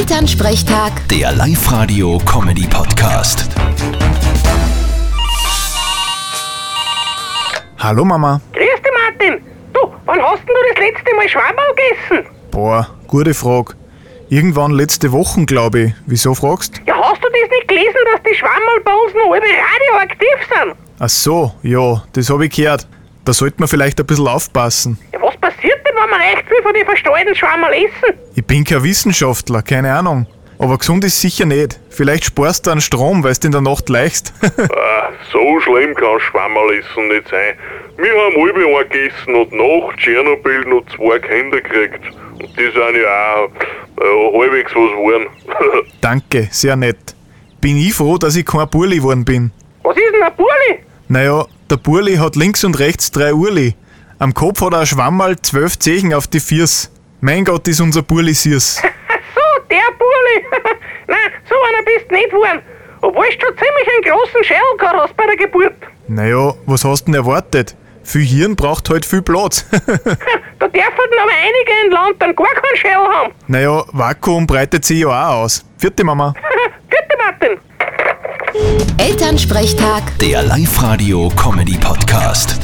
Elternsprechtag, Der Live-Radio-Comedy-Podcast. Hallo Mama. Grüß dich, Martin. Du, wann hast denn du das letzte Mal Schwammerl gegessen? Boah, gute Frage. Irgendwann letzte Woche, glaube ich. Wieso fragst? Ja, hast du das nicht gelesen, dass die Schwammerl bei uns noch alle radioaktiv sind? Ach so, ja, das habe ich gehört. Da sollte man vielleicht ein bisschen aufpassen. Ja, was passiert denn, wenn wir recht viel von den versteuerten Schwammerl essen? Ich bin kein Wissenschaftler, keine Ahnung. Aber gesund ist sicher nicht. Vielleicht sparst du an Strom, weil du in der Nacht leichst. So schlimm kann Schwammerlessen nicht sein. Wir haben halbe Jahr gegessen und nach Tschernobyl noch zwei Kinder gekriegt. Und die sind ja auch äh, halbwegs was geworden. Danke, sehr nett. Bin ich froh, dass ich kein Burli geworden bin. Was ist denn ein Burli? Naja, der Burli hat links und rechts drei Urli. Am Kopf hat er ein Schwammerl zwölf Zehen auf die Fiers. Mein Gott, ist unser Burli süß. Ach so, der Burli. Nein, so einer bist du nicht geworden. Obwohl du schon ziemlich einen großen Schädel gehabt hast bei der Geburt. Naja, was hast denn erwartet? Viel Hirn braucht halt viel Platz. Da dürfen aber einige im Land dann gar keinen Schädel haben. naja, Vakuum breitet sich ja auch aus. Vierte Mama. Bitte, Martin. Elternsprechtag. Der Live-Radio-Comedy-Podcast.